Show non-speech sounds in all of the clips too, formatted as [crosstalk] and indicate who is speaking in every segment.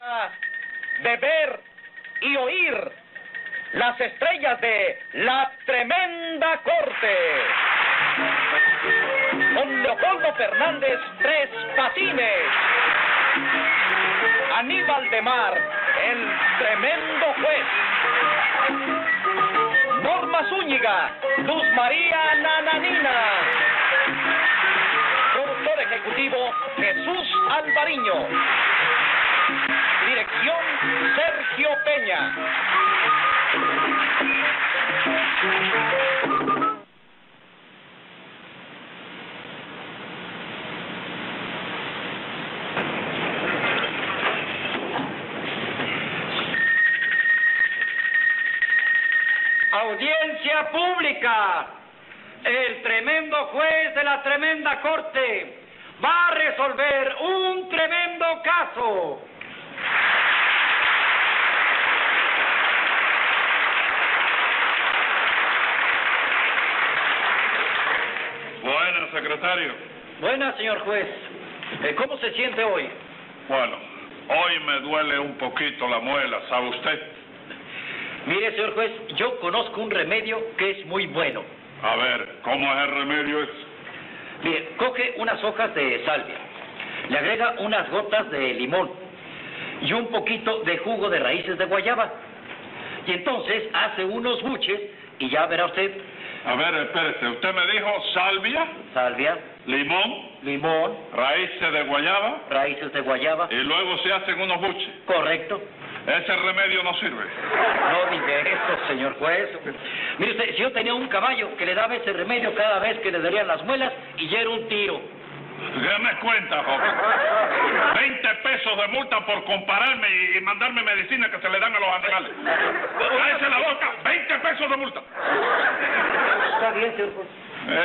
Speaker 1: a Ah. beber y oír las estrellas de la tremenda corte. Con Leopoldo Fernández Tres Patines. Aníbal de Mar, el tremendo juez. Norma Zúñiga, Luz María Nananina. Productor ejecutivo Jesús Alvariño. Dirección Sergio Peña.
Speaker 2: Audiencia pública. El tremendo juez de la tremenda corte va a resolver un tremendo caso.
Speaker 3: Buenas, secretario.
Speaker 2: Buenas, señor juez. Eh, ¿Cómo se siente hoy?
Speaker 3: Bueno, hoy me duele un poquito la muela, ¿sabe usted?
Speaker 2: Mire, señor juez, yo conozco un remedio que es muy bueno.
Speaker 3: A ver, ¿cómo es el remedio ese?
Speaker 2: Mire, coge unas hojas de salvia, le agrega unas gotas de limón y un poquito de jugo de raíces de guayaba. Y entonces hace unos buches y ya verá usted
Speaker 3: A ver, espérese, usted me dijo salvia,
Speaker 2: salvia,
Speaker 3: limón,
Speaker 2: limón,
Speaker 3: raíces de guayaba
Speaker 2: raíces de guayaba.
Speaker 3: y luego se hacen unos buches.
Speaker 2: Correcto.
Speaker 3: Ese remedio no sirve.
Speaker 2: No diga eso, señor juez. Mire usted, si yo tenía un caballo que le daba ese remedio cada vez que le dolían las muelas y ya era un tiro.
Speaker 3: Deme cuenta, joven. 20 pesos de multa por compararme y- y mandarme medicina que se le dan a los animales. Cállese la boca, 20 pesos de multa.
Speaker 2: Está bien, señor juez.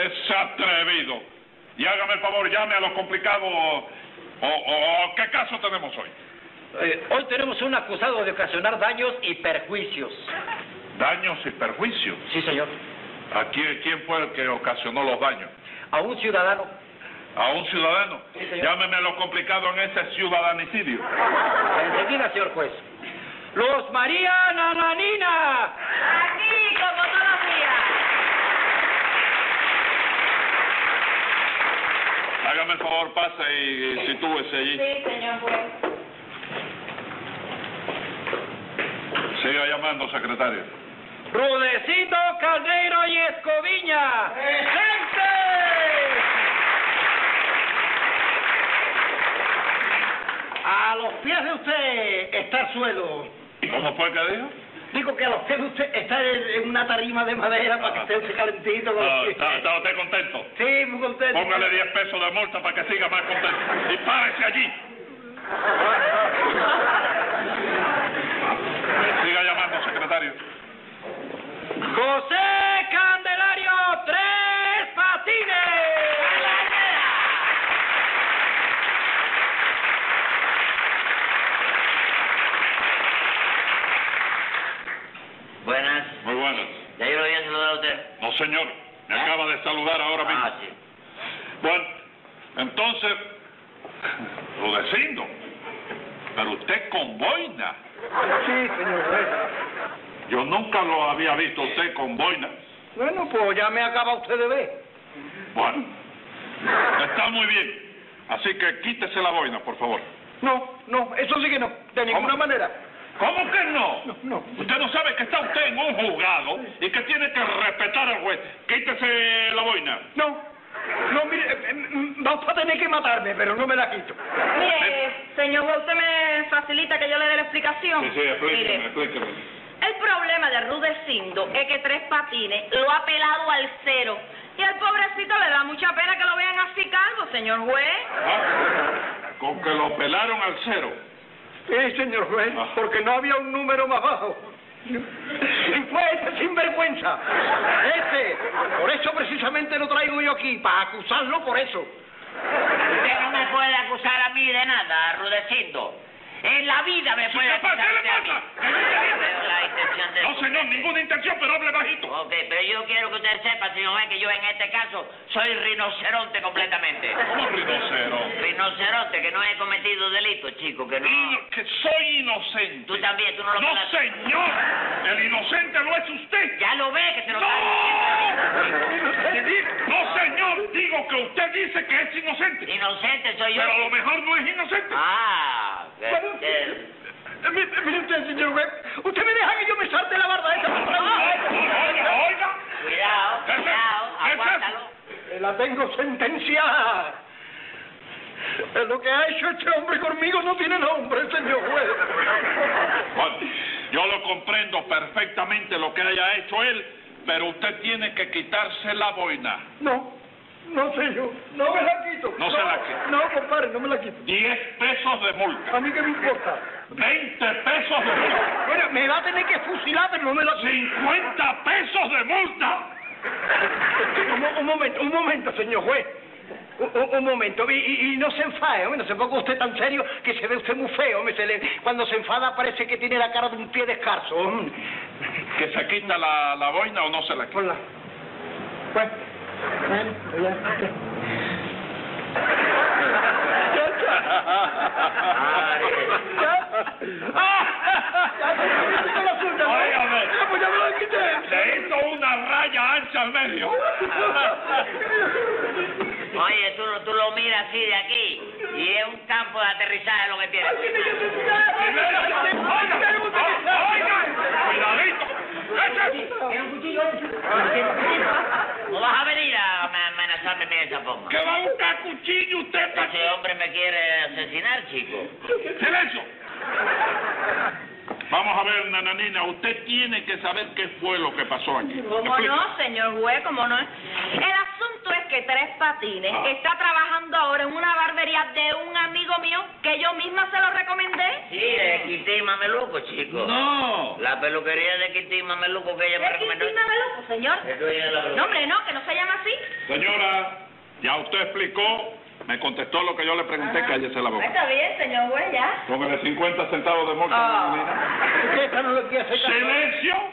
Speaker 3: Es atrevido. Y hágame el favor, llame a los complicados. O, o- o- ¿Qué caso tenemos hoy?
Speaker 2: Eh, hoy tenemos un acusado de ocasionar daños y perjuicios.
Speaker 3: Daños y perjuicios.
Speaker 2: Sí, señor.
Speaker 3: ¿A quién, quién fue el que ocasionó los daños?
Speaker 2: A un ciudadano.
Speaker 3: ¿A un ciudadano?
Speaker 2: Sí, señor.
Speaker 3: Llámeme a los complicados en ese ciudadanicidio.
Speaker 2: Enseguida, señor juez. Los María Nananina.
Speaker 4: Aquí, como todos los días.
Speaker 3: Hágame el favor, pase y, y sitúese allí.
Speaker 4: Sí, señor juez.
Speaker 3: Siga llamando, secretario.
Speaker 2: Rudecito Caldeiro y Escoviña. ¡Presente!
Speaker 5: A los pies de usted está el suelo.
Speaker 3: ¿Y cómo fue que dijo?
Speaker 5: Digo que a los pies de usted está el- en una tarima de madera para que
Speaker 3: Ajá.
Speaker 5: usted esté calentito. con los
Speaker 3: Ah,
Speaker 5: pies.
Speaker 3: ¿Está, está usted contento?
Speaker 5: Sí, muy contento.
Speaker 3: Póngale 10 pesos de multa para que siga más contento. Y párese allí.
Speaker 5: [laughs]
Speaker 3: Siga llamando, secretario.
Speaker 2: José Candelario Tres Patines.
Speaker 6: Buenas,
Speaker 3: Muy buenas.
Speaker 6: ya yo lo había saludado a usted.
Speaker 3: No, señor. Me
Speaker 6: ¿Eh?
Speaker 3: acaba de saludar ahora mismo.
Speaker 6: Ah, sí.
Speaker 3: Bueno, entonces, lo decindo. Pero usted con boina.
Speaker 5: Sí, señor juez.
Speaker 3: Yo nunca lo había visto a usted con boina.
Speaker 5: Bueno, pues ya me acaba usted de ver.
Speaker 3: Bueno, está muy bien. Así que quítese la boina, por favor.
Speaker 5: No, no, eso sí que no, de ninguna
Speaker 3: ¿Cómo?
Speaker 5: manera.
Speaker 3: ¿Cómo que no?
Speaker 5: No, no.
Speaker 3: Usted no sabe que está usted en un juzgado y que tiene que respetar al juez. Quítese la boina.
Speaker 5: No, no, mire, eh, eh, mm, va usted a tener que matarme, pero no me la quito.
Speaker 4: Mire, señor juez, usted me facilita que yo le dé la explicación.
Speaker 3: Sí, sí, explíqueme,
Speaker 4: Mire,
Speaker 3: explíqueme.
Speaker 4: el problema de Rudecindo es que Tres Patines lo ha pelado al cero. Y al pobrecito le da mucha pena que lo vean así calvo, señor juez.
Speaker 3: Ah, Con que lo pelaron al cero.
Speaker 5: Sí, señor juez,
Speaker 3: Ah.
Speaker 5: porque no había un número más bajo. Y fue este sinvergüenza. Este. Por eso precisamente lo traigo yo aquí, para acusarlo por eso.
Speaker 6: Usted no me puede acusar a mí de nada, Rudecindo. En la vida me
Speaker 3: ¿Qué
Speaker 6: puede
Speaker 3: pasa? ¿Qué le
Speaker 6: acusar de-
Speaker 3: pasa? ¿Qué le pasa?
Speaker 6: La intención de-
Speaker 3: No, señor, ninguna intención, pero hable bajito.
Speaker 6: Ok, pero yo quiero que usted sepa, señor, juez, que yo en este caso soy rinoceronte completamente.
Speaker 3: ¿Cómo ruidocero?
Speaker 6: Rinoceronte, que no he cometido delito, chico, que no...
Speaker 3: Ino- Que soy inocente.
Speaker 6: Tú también, tú no lo
Speaker 3: No,
Speaker 6: pelas.
Speaker 3: señor. El inocente no es usted.
Speaker 6: Ya lo ve que se lo está
Speaker 3: ¡No!
Speaker 5: Inocente.
Speaker 3: No, señor. Digo que usted dice que es inocente.
Speaker 6: Inocente soy yo.
Speaker 3: Pero a lo mejor no es inocente.
Speaker 6: Ah, que-
Speaker 5: Pero-
Speaker 6: que-
Speaker 5: Eh, Mire mire usted, señor juez, usted me deja que yo me salte la barda esa por
Speaker 3: Oiga,
Speaker 5: pregunta.
Speaker 3: oiga.
Speaker 6: Cuidado,
Speaker 3: ¿Qué es [laughs] eso?
Speaker 6: cuidado,
Speaker 3: ¿Qué es eso?
Speaker 6: aguántalo.
Speaker 5: Eh, La tengo sentenciada. Eh, Lo que ha hecho este hombre conmigo no tiene nombre, señor juez.
Speaker 3: Bueno, yo lo comprendo perfectamente lo que haya hecho él, pero usted tiene que quitarse la boina.
Speaker 5: No, no, señor, no me la quito.
Speaker 3: No se la quita.
Speaker 5: No, compadre, no me la quito.
Speaker 3: 10 pesos de multa.
Speaker 5: A mí que me importa.
Speaker 3: 20 pesos de multa.
Speaker 5: Bueno, me va a tener que fusilar, pero no me la quito.
Speaker 3: 50 pesos de multa.
Speaker 5: Un, mo- un momento, un momento, señor juez. Un, un- un momento, y, y- y no se enfade, hombre, no se ponga usted tan serio que se ve usted muy feo, hombre, se le- cuando se enfada parece que tiene la cara de un pie descalzo. hombre.
Speaker 3: ¿Que se quita la, la boina o no se la quita?
Speaker 5: Hola. Pues, bueno, ya.
Speaker 3: [laughs]
Speaker 5: ¿Ya? ¡Ah! Ya se me quitó la suya, ¿no?
Speaker 3: Óigame.
Speaker 5: Ya, pues ya me la quité.
Speaker 3: Le hizo una raya ancha al medio.
Speaker 6: Oye, tú, lo- tú lo miras así de aquí y es un campo de aterrizaje lo que tiene.
Speaker 3: Oiga, oiga, cuidadito. ¿Qué es eso?
Speaker 6: No vas a venir a ama- amenazarme a mí de esa forma.
Speaker 3: ¿Que va a buscar cuchillo usted para
Speaker 6: Ese hombre me quiere asesinar, chico.
Speaker 3: ¡Silencio! Vamos a ver, nananina, usted tiene que saber qué fue lo que pasó aquí.
Speaker 4: ¿Cómo no, señor juez? ¿Cómo no? El asunto es que Tres Patines
Speaker 3: Ah.
Speaker 4: está trabajando ahora en una barbería de un amigo mío que yo misma se lo recomendé.
Speaker 6: Sí, de Quintín Mameluco, chico.
Speaker 2: No.
Speaker 6: La peluquería de Quintín Mameluco que ella me
Speaker 4: ¿Es
Speaker 6: recomendó.
Speaker 4: Quintín Mameluco, señor?
Speaker 6: Eso ella la
Speaker 3: Eh,
Speaker 4: No, hombre, no, que no se llama así.
Speaker 3: Señora, ya usted explicó, me contestó lo que yo le pregunté,
Speaker 4: Ajá. Pues
Speaker 3: cállese la boca.
Speaker 4: Está bien, señor juez, ya.
Speaker 3: Póngale 50 centavos de multa,
Speaker 4: Ah.
Speaker 3: nananina.
Speaker 5: Usted esta no le quiere hacer caso.
Speaker 3: ¡Silencio!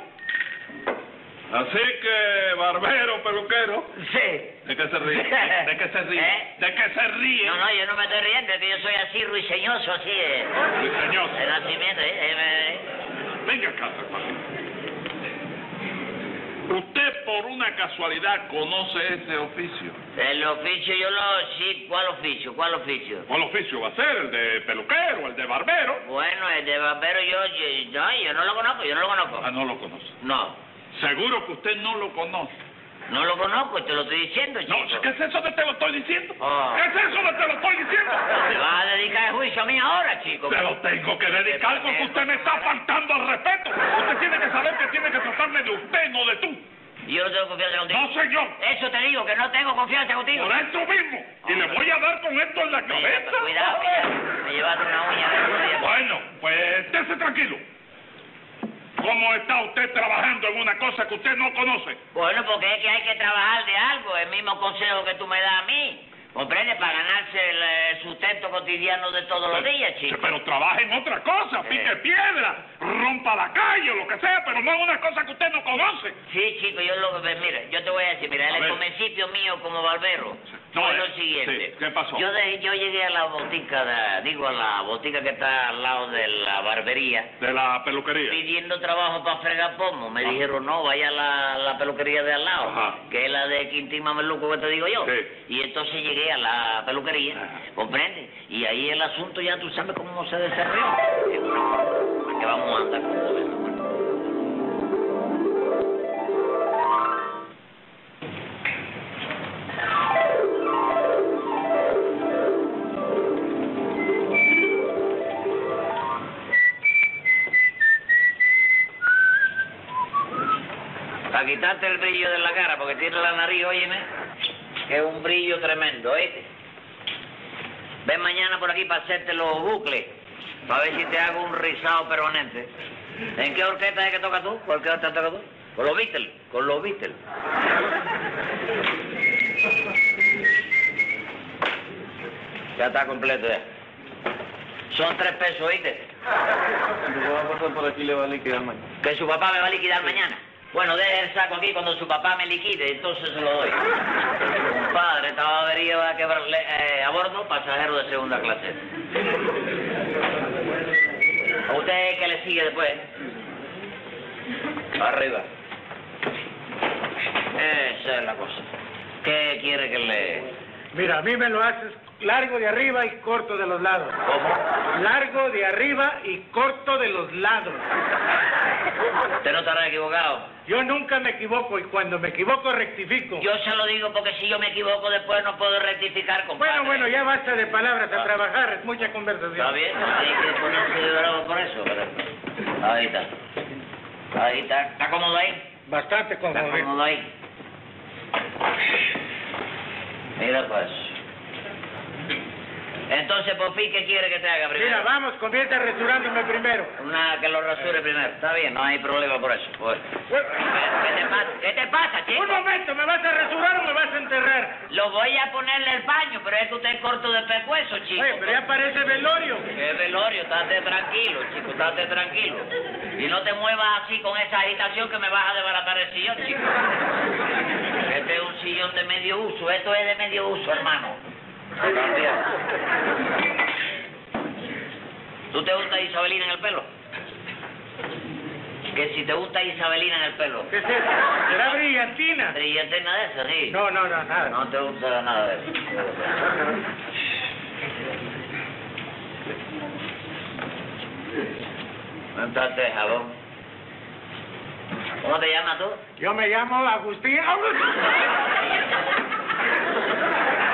Speaker 3: Así que, barbero, peluquero,
Speaker 6: Sí.
Speaker 3: ¿de qué se ríe? ¿De qué se ríe?
Speaker 6: [laughs] ¿Eh?
Speaker 3: ¿De qué se ríe?
Speaker 6: No, no, yo no me estoy riendo, es que yo soy así ruiseñoso, así de,
Speaker 3: Ruiseñor.
Speaker 6: de nacimiento. ¿eh? Eh, me-
Speaker 3: Venga acá, Zapata. ¿Usted por una casualidad conoce ese oficio?
Speaker 6: El oficio yo lo... Sí, ¿cuál oficio? ¿Cuál oficio?
Speaker 3: ¿Cuál oficio va a ser? ¿El de peluquero? ¿El de barbero?
Speaker 6: Bueno, el de barbero yo, yo... No, yo no lo conozco, yo no lo
Speaker 3: Ah,
Speaker 6: conozco.
Speaker 3: no lo conoce.
Speaker 6: No,
Speaker 3: Seguro que usted no lo conoce.
Speaker 6: no lo conozco, te lo estoy diciendo, chico.
Speaker 3: No, ¿qué es eso que te lo estoy diciendo?
Speaker 6: Ah.
Speaker 3: ¿Qué es eso que te lo estoy diciendo?
Speaker 6: ¿Te vas a dedicar el juicio a mí ahora, chico?
Speaker 3: Te lo tengo que dedicar porque usted me está faltando al respeto. Usted tiene que saber que tiene que tratarme de usted, no de tú.
Speaker 6: Yo no tengo confianza contigo.
Speaker 3: No, señor.
Speaker 6: Eso te digo, que no tengo confianza contigo.
Speaker 3: Por eso mismo. Y le voy a dar con esto en la
Speaker 6: Mira,
Speaker 3: cabeza.
Speaker 6: cuidado, que me llevaste una uña. ¿verdad?
Speaker 3: Bueno, pues estése tranquilo. ¿Cómo está usted trabajando en una cosa que usted no conoce?
Speaker 6: Bueno, porque es que hay que trabajar de algo, el mismo consejo que tú me das a mí. Comprende, para ganarse el eh, sustento cotidiano de todos los días, chico.
Speaker 3: Pero trabaja en otra cosa, pique piedra, rompa la calle, lo que sea, pero no en una cosa que usted no conoce.
Speaker 6: Sí, chico, yo lo que... Mira, yo te voy a decir, mira,
Speaker 3: A
Speaker 6: el
Speaker 3: ver.
Speaker 6: comecipio mío como barbero
Speaker 3: No,
Speaker 6: fue
Speaker 3: eh,
Speaker 6: lo siguiente.
Speaker 3: sí, ¿qué pasó?
Speaker 6: Yo, de- yo llegué a la botica, de- digo, a la botica que está al lado de la barbería,
Speaker 3: De la peluquería.
Speaker 6: pidiendo trabajo para fregar pomo. Me dijeron, no, vaya a la, la peluquería de al lado,
Speaker 3: Ajá.
Speaker 6: que es la de Quintín Mameluco, que te digo yo.
Speaker 3: Sí.
Speaker 6: Y entonces llegué a la peluquería,
Speaker 3: Ajá.
Speaker 6: ¿comprende? Y ahí el asunto ya tú sabes cómo se desarrolló. Es una- que vamos a andar con todo eso. Para quitarte el brillo de la cara, porque tiene la nariz, óyeme, que es un brillo tremendo, ¿oíste? Ven mañana por aquí para hacerte los bucles, para ver si te hago un rizado permanente. ¿En qué orquesta es que tocas tú? ¿Por qué orquesta tocas tú? Con los Beatles, con los Beatles. Ya está completo ya. Son tres pesos, ¿oíste?
Speaker 7: por aquí le va a liquidar mañana.
Speaker 6: Que su papá me va a liquidar mañana. Bueno, deje el saco aquí cuando su papá me liquide, entonces se lo doy. Compadre, esta babería va a quebrarle eh, a bordo, pasajero de segunda clase. ¿A usted qué le sigue después? Arriba. Esa es la cosa. ¿Qué quiere que le...?
Speaker 5: Mira, a mí me lo haces largo de arriba y corto de los lados. Largo de arriba y corto de los lados.
Speaker 6: Usted no estará equivocado.
Speaker 5: Yo nunca me equivoco y cuando me equivoco rectifico.
Speaker 6: Yo se lo digo porque si yo me equivoco después no puedo rectificar, compadre.
Speaker 5: Bueno, bueno, ya basta de palabras a
Speaker 6: Ah.
Speaker 5: trabajar, es mucha conversación.
Speaker 6: Está bien, hay que ponerse de bravo por eso, pero... Ahí está. Ahí está. ¿Está cómodo ahí?
Speaker 5: Bastante
Speaker 6: Está
Speaker 5: conforme.
Speaker 6: cómodo ahí. Mira pues. Entonces, por fin, ¿qué quiere que te haga primero?
Speaker 5: Mira, vamos, comienza rasurándome primero. Eh.
Speaker 6: Una que lo rasure primero. Está bien, no hay problema por eso. Pues, ¿Qué te pasa? ¿Qué te pasa, chico?
Speaker 5: Un momento, ¿me vas a rasurar o me vas a enterrar?
Speaker 6: Lo voy a ponerle el baño, pero es que usted es corto de pescuezo, chico.
Speaker 5: Oye, pero ya parece velorio.
Speaker 6: Qué velorio, estate tranquilo, chico, estate tranquilo. Y no te muevas así con esa agitación que me vas a desbaratar el sillón, chico. Este es un sillón de medio uso, esto es de medio uso, hermano. A cambiar. ¿Tú te gusta Isabelina en el pelo? Que si te gusta Isabelina en el pelo.
Speaker 5: ¿Qué es eso? ¿Será brillantina?
Speaker 6: Brillantina de esa, sí.
Speaker 5: No, no, no, nada.
Speaker 6: No te gusta nada de eso. Entonces, jabón. ¿Cómo te llamas tú?
Speaker 5: Yo me llamo Agustín.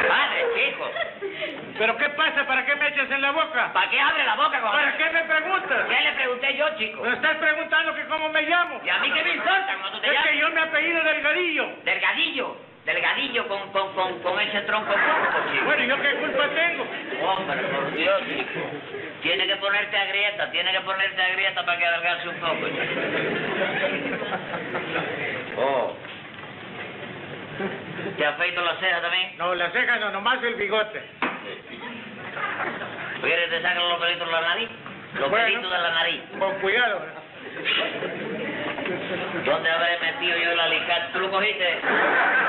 Speaker 6: Vale, chico.
Speaker 5: ¿Pero qué pasa? ¿Para qué me echas en la boca?
Speaker 6: ¿Para qué abre la boca con
Speaker 5: ¿Para qué me preguntas?
Speaker 6: ¿Qué le pregunté yo, chico?
Speaker 5: Me estás preguntando que cómo me llamo.
Speaker 6: ¿Y a mí qué me importa cómo tú te
Speaker 5: Es
Speaker 6: llamas?
Speaker 5: que yo me apellido Delgadillo.
Speaker 6: Delgadillo. Delgadillo con, con, con, con ese tronco corto, chico.
Speaker 5: Bueno, ¿y ¿yo qué culpa tengo?
Speaker 6: Hombre, por Dios, chico. Tiene que ponerte a grieta, tiene que ponerte a grieta para que alargarse un poco. chico. Oh. ¿Te afeito las cejas también?
Speaker 5: No, las cejas no, nomás el bigote.
Speaker 6: ¿Quieres te sacan los pelitos de la nariz? Los
Speaker 5: Bueno.
Speaker 6: pelitos de la nariz.
Speaker 5: Con cuidado.
Speaker 6: ¿Dónde habré metido yo el alicate? ¿Tú lo cogiste?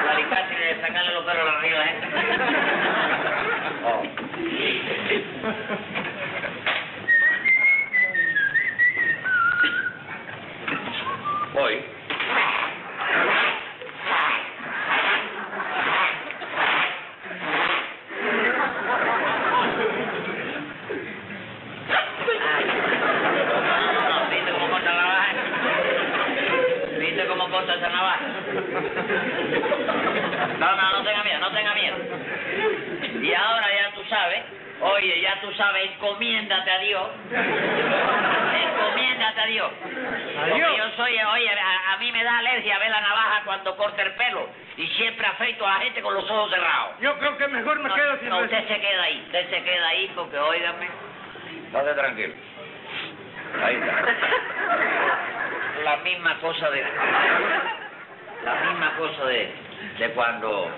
Speaker 6: El alicate de sacarle los pelos de la nariz a la gente. Oh.
Speaker 2: Voy.
Speaker 6: ¿Viste cómo corta la navaja? ¿Viste cómo corta esa navaja? No, no, no tenga miedo, no tenga miedo. Y ahora ya tú sabes, oye, ya tú sabes, encomiéndate a Dios. Encomiéndate a Dios. Porque yo soy, oye, a, a mí me da alergia ver la navaja cuando corta el pelo. Y siempre afeito a la gente con los ojos cerrados.
Speaker 5: Yo creo que mejor me
Speaker 6: No,
Speaker 5: quedo sin
Speaker 6: no,
Speaker 5: las-
Speaker 6: usted se queda ahí, usted se queda ahí porque, óigame,
Speaker 2: Estate tranquilo. Ahí
Speaker 5: [laughs]
Speaker 2: está.
Speaker 6: la misma cosa de... La misma cosa de, de cuando...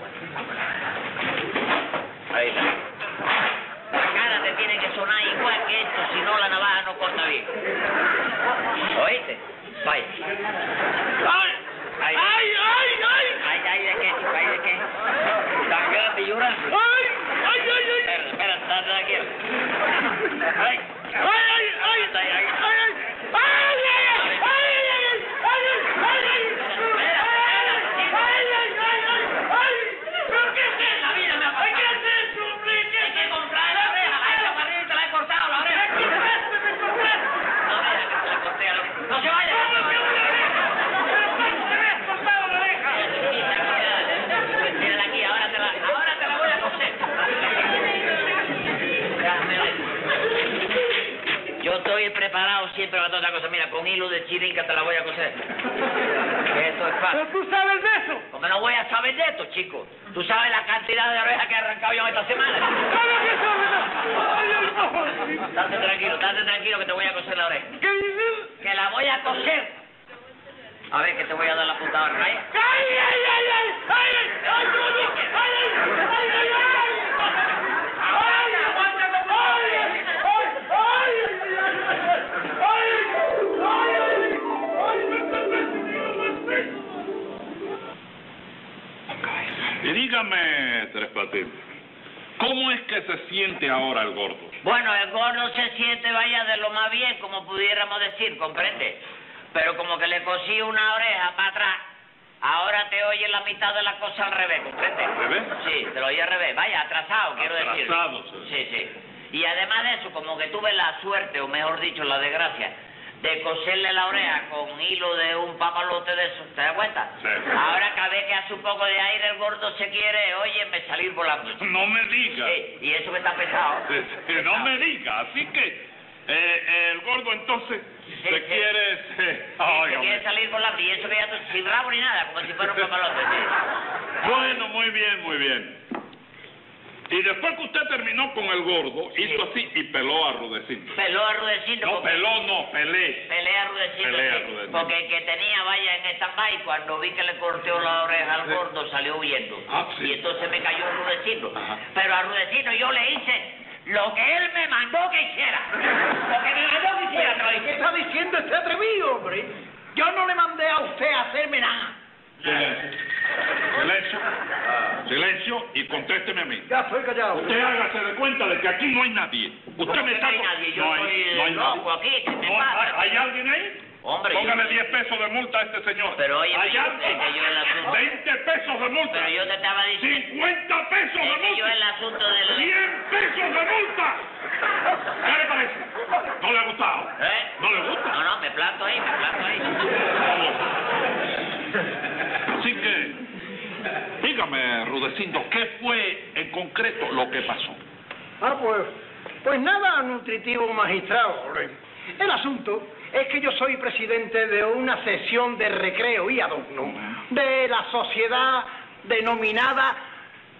Speaker 6: Ahí está. La cara te tiene que sonar igual que esto, si no la navaja no corta bien. ¿Oíste? Vaya. ¡Ay! ¡Ay, ay, ay! ¡Ay, ay, de qué, chico, ay, de qué! ¿Tan grande y llorando? ¡Ay, ay, ay, ay! Espera, espera, está tranquilo. ¡Ay, ay, ay! ¡Ay, ay, ay! ¡No se vaya! Mírala aquí, ahora te la, ahora te la voy a coser. Déjame ver. Yo estoy preparado siempre para toda esta cosa. Mira, con hilo de chirinca te la voy a coser. Que Esto es fácil.
Speaker 5: ¿Pero tú sabes de eso?
Speaker 6: Porque no Pues voy a saber de esto, chico. Tú sabes la cantidad de orejas que he arrancado yo esta semana.
Speaker 5: ¡Claro que sabes! ¡Ay, ay, ay!
Speaker 6: Date tranquilo, date tranquilo que te voy a coser la oreja.
Speaker 5: ¿Qué dices?
Speaker 6: Que la voy a coser. A ver, que te voy a dar la puta ahora, ¿eh?
Speaker 5: ¡Ay, ay, ay, ay! ¡Ay, ay! ¡Ay, no, no! ¡Ay, ay! ¡Ay, ay, ay! ¡Ay, ay, ay! ¡Ay, ay!
Speaker 3: dígame, Tres Patines, ¿cómo es que se siente ahora el gordo?
Speaker 6: Bueno, el gordo se siente, vaya, de lo más bien, como pudiéramos decir, ¿comprende? Pero como que le cosí una oreja para atrás, ahora te oye la mitad de la cosa al revés, ¿comprende?
Speaker 3: ¿Al revés?
Speaker 6: Sí, te lo oye al revés, vaya, atrasado, quiero decir.
Speaker 3: Atrasado, sí.
Speaker 6: Sí, sí. Y además de eso, como que tuve la suerte, o mejor dicho, la desgracia, de coserle la oreja con hilo de un papalote de esos, ¿te das cuenta?
Speaker 3: Sí.
Speaker 6: Ahora cada vez que hace un poco de aire el gordo se quiere, óyeme, salir volando.
Speaker 3: No me diga.
Speaker 6: Sí, y eso que está pesado.
Speaker 3: Sí, sí, no me diga, así que eh, el gordo entonces se
Speaker 6: sí.
Speaker 3: quiere... se- Ay,
Speaker 6: Sí, que quiere
Speaker 3: hombre.
Speaker 6: salir con la y eso que ya tú- sin rabo ni nada, como si fuera un papalote. sí.
Speaker 3: [laughs] Bueno, muy bien, muy bien. Y después que usted terminó con el gordo, hizo así y peló a Rudecindo.
Speaker 6: Peló a Rudecindo.
Speaker 3: No,
Speaker 6: porque-
Speaker 3: peló, no, pelé.
Speaker 6: Pelea a Rudecindo.
Speaker 3: Pelea a
Speaker 6: sí,
Speaker 3: Rudecindo.
Speaker 6: Porque el que tenía vaya en stand-by, cuando vi que le corteó la oreja al
Speaker 3: Sí.
Speaker 6: gordo, salió huyendo.
Speaker 3: Ah, sí.
Speaker 6: Y entonces me cayó Rudecindo.
Speaker 3: Ajá.
Speaker 6: Pero a Rudecindo yo le hice lo que él me mandó que
Speaker 3: [laughs]
Speaker 6: hiciera. lo que me mandó que hiciera, te lo
Speaker 5: ¿Qué
Speaker 6: hice.
Speaker 5: está diciendo este atrevido, hombre? Yo no le mandé a usted a hacerme nada.
Speaker 3: Silencio. Silencio. Silencio y contésteme a mí.
Speaker 5: Ya estoy callado.
Speaker 3: Usted hágase de cuenta de que aquí no hay nadie. Usted me
Speaker 6: No
Speaker 3: está...
Speaker 6: hay nadie, yo
Speaker 3: no hay,
Speaker 6: soy
Speaker 3: no hay
Speaker 6: el
Speaker 3: nadie.
Speaker 6: loco aquí, ¿qué me
Speaker 3: No,
Speaker 6: pasa?
Speaker 3: ¿Hay hay alguien ahí?
Speaker 6: Hombre, yo-
Speaker 3: Póngale 10 pesos de multa a este señor.
Speaker 6: Pero oye,
Speaker 3: ¿Hay
Speaker 6: yo-
Speaker 3: alguien?
Speaker 6: es que yo el asunto-
Speaker 3: 20 pesos de multa.
Speaker 6: Pero yo te estaba diciendo...
Speaker 3: 50 pesos de
Speaker 6: es que yo
Speaker 3: multa.
Speaker 6: el asunto del...
Speaker 3: 100 pesos de multa. ¿Qué le parece? ¿No le ha gustado?
Speaker 6: ¿Eh?
Speaker 3: ¿No le gusta?
Speaker 6: No, no, me planto ahí, me planto ahí.
Speaker 3: Así que, dígame, Rudecindo, ¿qué fue en concreto lo que pasó?
Speaker 5: Ah, pues, pues nada nutritivo, magistrado. hombre. El asunto es que yo soy presidente de una sesión de recreo y adorno de la sociedad denominada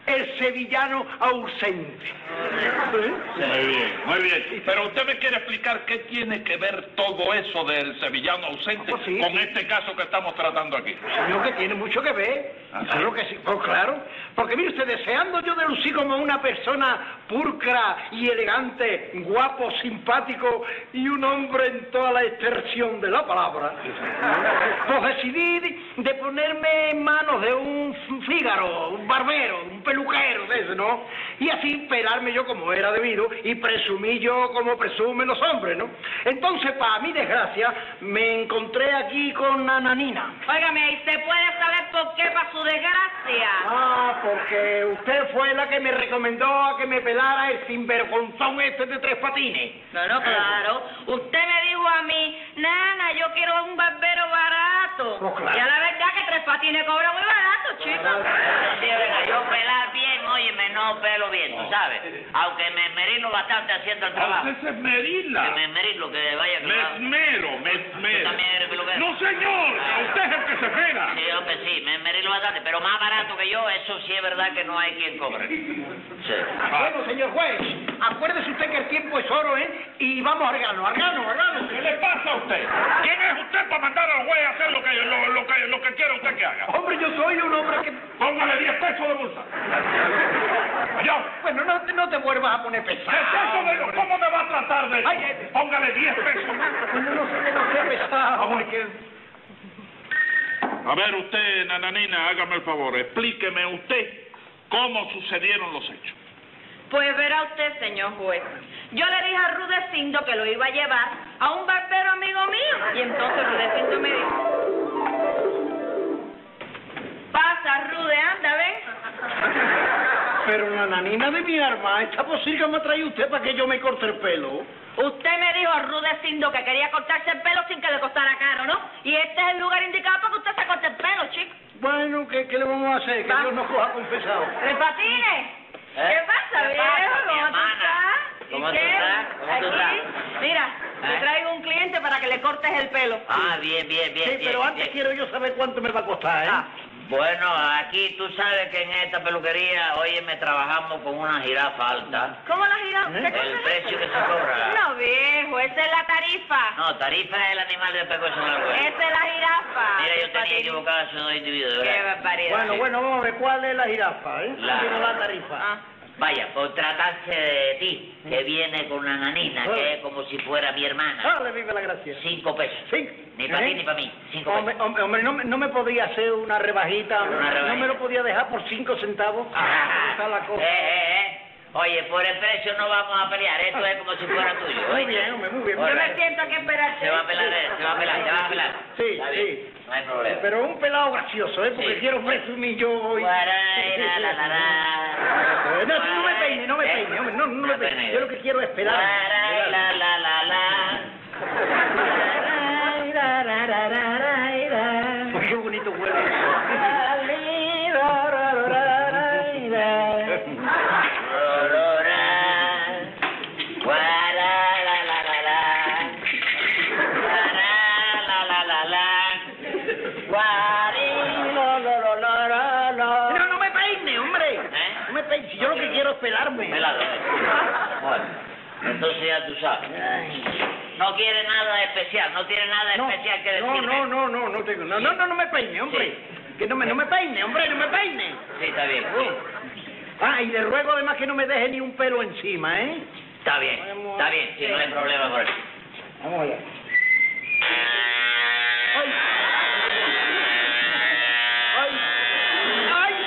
Speaker 5: el sevillano ausente. ¿Eh?
Speaker 3: Muy bien, muy bien. Pero usted me quiere explicar qué tiene que ver todo eso del sevillano ausente
Speaker 5: Ah, pues sí.
Speaker 3: con este caso que estamos tratando aquí.
Speaker 5: Señor, que tiene mucho que ver.
Speaker 3: Ah, sí.
Speaker 5: Claro que sí, pues claro. Porque mire usted, deseando yo de lucir como una persona pulcra y elegante, guapo, simpático y un hombre en toda la extensión de la palabra, pues decidí de ponerme en manos de un fígaro, un barbero, un peluquero, de ese, ¿no? Y así pelarme yo como era debido y presumí yo como presumen los hombres, ¿no? Entonces, para mi desgracia, me encontré aquí con Nananina.
Speaker 4: [laughs] Óigame, ¿y se puede saber por qué, para su desgracia?
Speaker 5: Ah, porque usted fue la que me recomendó a que me pelara el sinvergonzón este de tres patines.
Speaker 4: Claro, claro. Usted me dijo a mí, nana, yo quiero un barbero barato.
Speaker 5: Pues claro.
Speaker 4: Y a la verdad que Tres Patines cobra muy barato, chico.
Speaker 6: Sí, es verdad, yo pelar bien, óyeme, no pelo bien, tú sabes. Aunque me esmerilo bastante haciendo el trabajo.
Speaker 3: Usted se
Speaker 6: Que
Speaker 3: esmerila.
Speaker 6: me esmerilo, que vaya que
Speaker 3: Me
Speaker 6: lo hago.
Speaker 3: esmero, me esmero.
Speaker 6: también eres peluquero.
Speaker 3: No, señor, usted es el que se esmera.
Speaker 6: Sí, hombre, sí, me esmerilo bastante, pero más barato que yo, eso sí es verdad que no hay quien cobre. Sí.
Speaker 3: Ah.
Speaker 5: Bueno, señor juez, acuérdese usted que el tiempo es oro, ¿eh? Y vamos al grano, al grano, al grano.
Speaker 3: ¿Qué le pasa a usted? ¿Quién es usted para mandar al juez a hacer lo que, lo, lo que, lo que quiera usted que haga?
Speaker 5: Hombre, yo soy un hombre que...
Speaker 3: Póngale 10 pesos de multa. Yo.
Speaker 5: Bueno, no, te- no te vuelvas a poner
Speaker 3: ¿Qué es eso
Speaker 5: pesado.
Speaker 3: de lo- ¿Cómo me va a tratar de
Speaker 5: Ay, eh.
Speaker 3: Póngale 10 pesos.
Speaker 5: Bueno, no sé que no sea pesado, porque...
Speaker 3: A ver, usted, Nananina, hágame el favor, explíqueme usted cómo sucedieron los hechos.
Speaker 4: Pues verá usted, señor juez. Yo le dije a Rudecindo que lo iba a llevar a un barbero amigo mío. Y entonces Rudecindo me dijo... Pasa, Rude, anda, ven.
Speaker 5: Pero Nananina de mi arma, esta posica me trae usted para que yo me corte el pelo.
Speaker 4: Usted me dijo a Rudecindo que quería cortarse el pelo sin que le costara caro, ¿no? Y este es el lugar indicado para que usted se corte el pelo, chico.
Speaker 5: Bueno, ¿qué, qué le vamos a hacer? Que
Speaker 4: Va.
Speaker 5: Dios nos coja confesado.
Speaker 4: ¡Tres patines! ¿Qué pasa,
Speaker 6: ¿Eh? ¿Qué
Speaker 4: viejo?
Speaker 6: pasa, mi
Speaker 4: ¿Cómo tú
Speaker 6: hermana?
Speaker 4: estás? ¿Y
Speaker 6: ¿Cómo tú
Speaker 4: qué?
Speaker 6: estás? ¿Cómo tú
Speaker 4: Aquí.
Speaker 6: estás?
Speaker 4: Mira, te
Speaker 6: ¿Eh?
Speaker 4: traigo un cliente para que le cortes el pelo.
Speaker 6: Ah, bien, bien,
Speaker 5: Sí,
Speaker 6: bien. bien,
Speaker 5: pero antes
Speaker 6: bien.
Speaker 5: quiero yo saber cuánto me va a costar, ¿eh?
Speaker 6: Ah, Bueno, aquí tú sabes que en esta peluquería, óyeme, trabajamos con una jirafa alta.
Speaker 4: ¿Cómo la giramos?
Speaker 6: ¿Eh? El precio que se cobra.
Speaker 4: No, viejo, esa es la tarifa.
Speaker 6: No, tarifa es el animal de peco en la
Speaker 4: Esa es la jirafa.
Speaker 6: Mira, yo
Speaker 4: Tres
Speaker 6: tenía
Speaker 4: Patines.
Speaker 6: equivocado esos dos individuos, de
Speaker 4: Qué
Speaker 6: ¿verdad?
Speaker 4: barbaridad.
Speaker 5: Bueno, bueno, vamos a ver cuál es la jirafa, ¿eh?
Speaker 6: La-
Speaker 5: Quiero la tarifa.
Speaker 4: Ah.
Speaker 6: Vaya, por tratarse de ti, que viene con la nanina, que es como si fuera mi hermana.
Speaker 5: ¡Ah, le vive la gracia!
Speaker 6: Cinco pesos.
Speaker 5: Cinco.
Speaker 6: Ni para ti
Speaker 5: ¿Eh?
Speaker 6: ni para mí. Cinco
Speaker 5: Hombre,
Speaker 6: pesos.
Speaker 5: hombre, hombre, no, me- no me podía hacer una rebajita,
Speaker 6: Una rebajita.
Speaker 5: no me lo podía dejar por cinco centavos.
Speaker 6: Ah,
Speaker 5: Está la cosa.
Speaker 6: eh, eh, eh. Oye, por el precio no vamos a pelear. Esto es como si fuera tuyo.
Speaker 5: Ah. Muy
Speaker 6: eh. oye.
Speaker 5: bien, hombre, muy bien.
Speaker 4: Yo
Speaker 6: Hola.
Speaker 4: me siento aquí esperarte.
Speaker 6: Se va a pelar, eh, se va a pelar, se va a pelar.
Speaker 5: Sí,
Speaker 6: Está bien,
Speaker 5: sí.
Speaker 6: No hay problema.
Speaker 5: Pero un pelado gracioso, ¿eh? Porque
Speaker 6: Sí.
Speaker 5: quiero presumir yo hoy. [laughs]
Speaker 6: Guarara, eh, la, la, la.
Speaker 5: Ah, No, tú no me peines, no me
Speaker 6: Eh,
Speaker 5: peines, hombre, no, no me peines.
Speaker 6: peines.
Speaker 5: Yo lo que quiero es pelarme.
Speaker 6: Guarara, la, la, la, la.
Speaker 5: Ay, Pues qué bonito huele.
Speaker 6: Rorora. Guara, la, la, la, la. Guara, la, la, la, la. Guari, lo, lo, lo, lo, lo, lo.
Speaker 5: No, no me peines, hombre.
Speaker 6: ¿Eh?
Speaker 5: No me peines, yo lo que quiero es pelarme.
Speaker 6: Me la doy. Bueno, entonces ya tú sabes. No quiere nada especial, no tiene nada
Speaker 5: No,
Speaker 6: especial que
Speaker 5: no,
Speaker 6: decirme.
Speaker 5: no, no, no, no tengo. No, no, no, no me peine, hombre. Que no me, no me peine, hombre, no me peine.
Speaker 6: Sí, está bien.
Speaker 5: Ah, y le ruego además que no me deje ni un pelo encima, ¿eh?
Speaker 6: Está bien, está bien, sí, no hay problema por eso.
Speaker 5: Vamos allá. ¡Ay! ¡Ay! ¡Ay!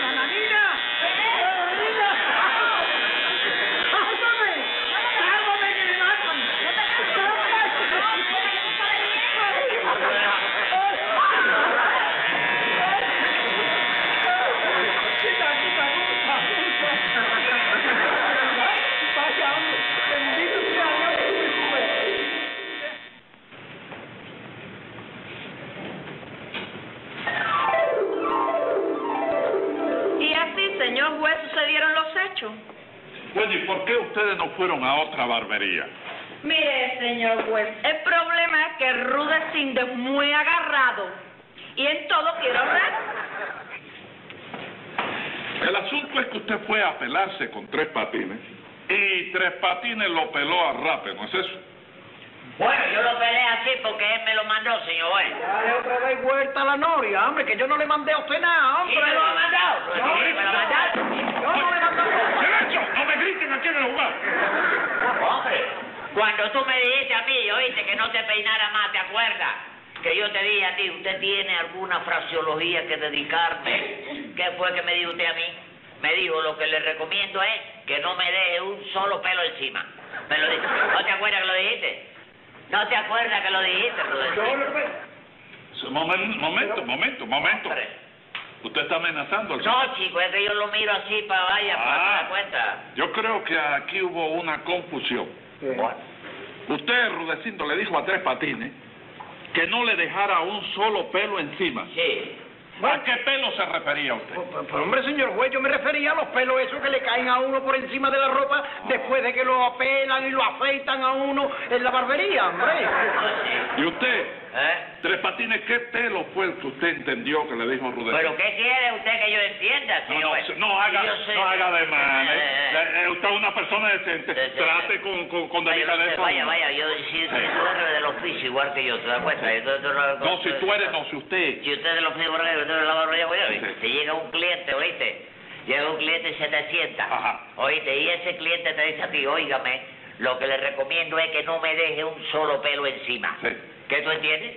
Speaker 5: ¡La nanina! ¡La nanina! ¡Sálvame! ¡Sálvame que me matan!
Speaker 4: Y así, señor juez, sucedieron los hechos.
Speaker 3: Bueno, ¿y por qué ustedes no fueron a otra barbería?
Speaker 4: Mire, señor juez, el problema es que Rudecindo es muy agarrado y en todo quiere ahorrar.
Speaker 3: El asunto es que usted fue a pelarse con Tres Patines y Tres Patines lo peló a rape, ¿no es eso?
Speaker 6: Bueno, yo lo peleé así porque él me lo mandó, señor. Bueno.
Speaker 5: Dale otra vez vuelta a la noria, hombre, que yo no le mandé a usted nada,
Speaker 6: ¿Y me
Speaker 5: hombre.
Speaker 6: lo ha mandado?
Speaker 3: No,
Speaker 6: ¿Sí, ¿Me lo ha mandado?
Speaker 5: Yo no le mandé a
Speaker 3: ¡Silencio! ¡No me griten aquí en el lugar!
Speaker 6: Hombre, cuando tú me dijiste a mí, oíste, que no te peinara más, ¿te acuerdas? Que yo te dije a ti, ¿usted tiene alguna fraseología que dedicarme? ¿Qué fue que me dijo usted a mí? Me dijo, lo que le recomiendo es que no me deje un solo pelo encima. Me lo dijo. ¿No te acuerdas que lo dijiste? ¿No te acuerdas que lo dijiste, Rudecindo?
Speaker 3: Momento, momento, momento, momento.
Speaker 6: Hombre.
Speaker 3: Usted está amenazando al
Speaker 6: No, chico, es que yo lo miro así para vaya, para
Speaker 3: Ah.
Speaker 6: dar cuenta.
Speaker 3: Yo creo que aquí hubo una confusión. Usted, Rudecindo, le dijo a Tres Patines que no le dejara un solo pelo encima.
Speaker 6: Sí.
Speaker 3: ¿A qué pelo se refería usted?
Speaker 5: Pues, pues, hombre, señor juez, yo me refería a los pelos esos que le caen a uno por encima de la ropa después de que lo apelan y lo afeitan a uno en la barbería, hombre.
Speaker 3: [laughs] ¿Y usted,
Speaker 6: ¿Eh?
Speaker 3: Tres Patines, qué pelo fue el que usted entendió que le dijo Rudecindo?
Speaker 6: ¿Pero qué quiere usted que yo entienda,
Speaker 3: No,
Speaker 6: señor?
Speaker 3: no,
Speaker 6: juez?
Speaker 3: se- no haga,
Speaker 6: Yo sé-
Speaker 3: no haga de mal. ¿eh?
Speaker 6: Eh, eh,
Speaker 3: Eh, eh, usted es una persona decente.
Speaker 6: Sí, sí,
Speaker 3: Trate
Speaker 6: sí.
Speaker 3: con, con, con
Speaker 6: vaya,
Speaker 3: delicadeza.
Speaker 6: usted, vaya, vaya, yo si usted
Speaker 3: Sí.
Speaker 6: tú eres del oficio igual que yo, ¿te das cuenta? Yo- yo- yo-
Speaker 3: No, si tú eres, no, si usted.
Speaker 6: Si usted es del oficio igual que yo, yo de la barbería, voy a ver.
Speaker 3: Sí.
Speaker 6: Te llega un cliente, ¿oíste? Llega un cliente y se te sienta,
Speaker 3: Ajá.
Speaker 6: ¿oíste? Y ese cliente te dice a ti, óigame, lo que le recomiendo es que no me deje un solo pelo encima.
Speaker 3: Sí.
Speaker 6: ¿Qué tú entiendes?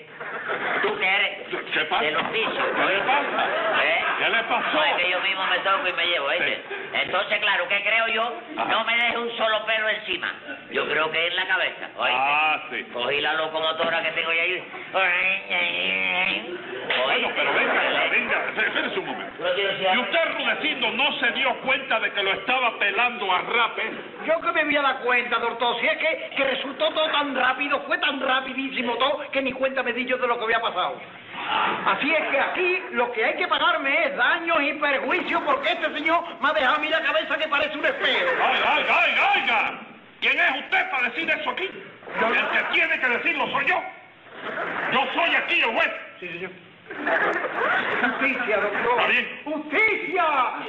Speaker 6: Tú que eres
Speaker 3: ¿Qué pasa?
Speaker 6: del oficio.
Speaker 3: ¿Qué le pasa?
Speaker 6: ¿Eh?
Speaker 3: ¿Qué le pasó?
Speaker 6: No, es que yo mismo me toco y me llevo, ¿oíste?
Speaker 3: Sí.
Speaker 6: Entonces, claro, ¿qué creo yo?
Speaker 3: Ajá.
Speaker 6: No me deje un solo pelo encima. Yo creo que es en la cabeza, ¿oíste?
Speaker 3: Ah, sí.
Speaker 6: Cogí la locomotora que tengo ya ahí. ¿Oíste?
Speaker 3: Bueno, pero venga, venga, espérese un momento.
Speaker 6: No quiero
Speaker 3: Y
Speaker 6: decir-
Speaker 3: usted, Rudecindo, no se dio cuenta de que lo estaba pelando a rape.
Speaker 5: Yo que me había dado cuenta, doctor, si es que, que resultó todo tan rápido, fue tan rapidísimo todo, que ni cuenta me di yo de lo que había pasado. Así es que aquí lo que hay que pagarme es daños y perjuicios porque este señor me ha dejado a mí la cabeza que parece un espejo.
Speaker 3: ¡Oiga, oiga, oiga, oiga! ¿Quién es usted para decir eso aquí? El que tiene que decirlo soy yo. Yo soy aquí el juez.
Speaker 5: Justicia,
Speaker 3: Está
Speaker 5: doctor.
Speaker 3: bien.
Speaker 5: Justicia,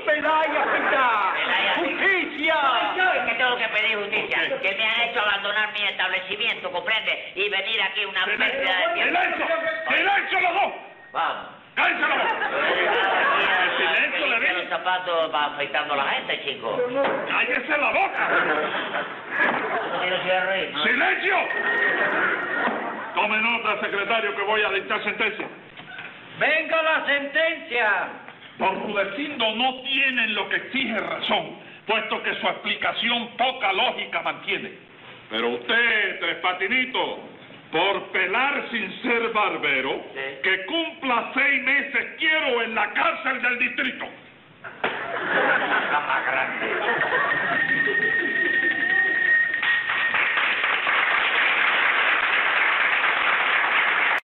Speaker 5: medalla,
Speaker 6: Medalla.
Speaker 5: justicia.
Speaker 6: Ay, yo es que tengo que pedir justicia,
Speaker 3: ¿Por qué?
Speaker 6: que me han hecho abandonar mi establecimiento, ¿comprende? Y venir aquí una pérdida de tiempo.
Speaker 3: ¡Silencio! ¡Silencio los dos!
Speaker 6: Vamos.
Speaker 3: ¡Cállense la boca!
Speaker 6: Yo he dejado aquí a-
Speaker 3: El silencio
Speaker 6: a-
Speaker 3: le dije.
Speaker 6: zapatos para afeitando a la gente, chico.
Speaker 3: ¡Cállese la boca!
Speaker 6: Señor Sierra, ¿no?
Speaker 3: ¡Silencio! Tome nota, secretario, que voy a dictar sentencia.
Speaker 1: Venga la sentencia.
Speaker 3: Don Rudecindo no tiene en lo que exige razón, puesto que su explicación poca lógica mantiene. Pero usted, Tres Patinitos, por pelar sin ser barbero,
Speaker 6: Sí.
Speaker 3: que cumpla seis meses quiero en la cárcel del distrito.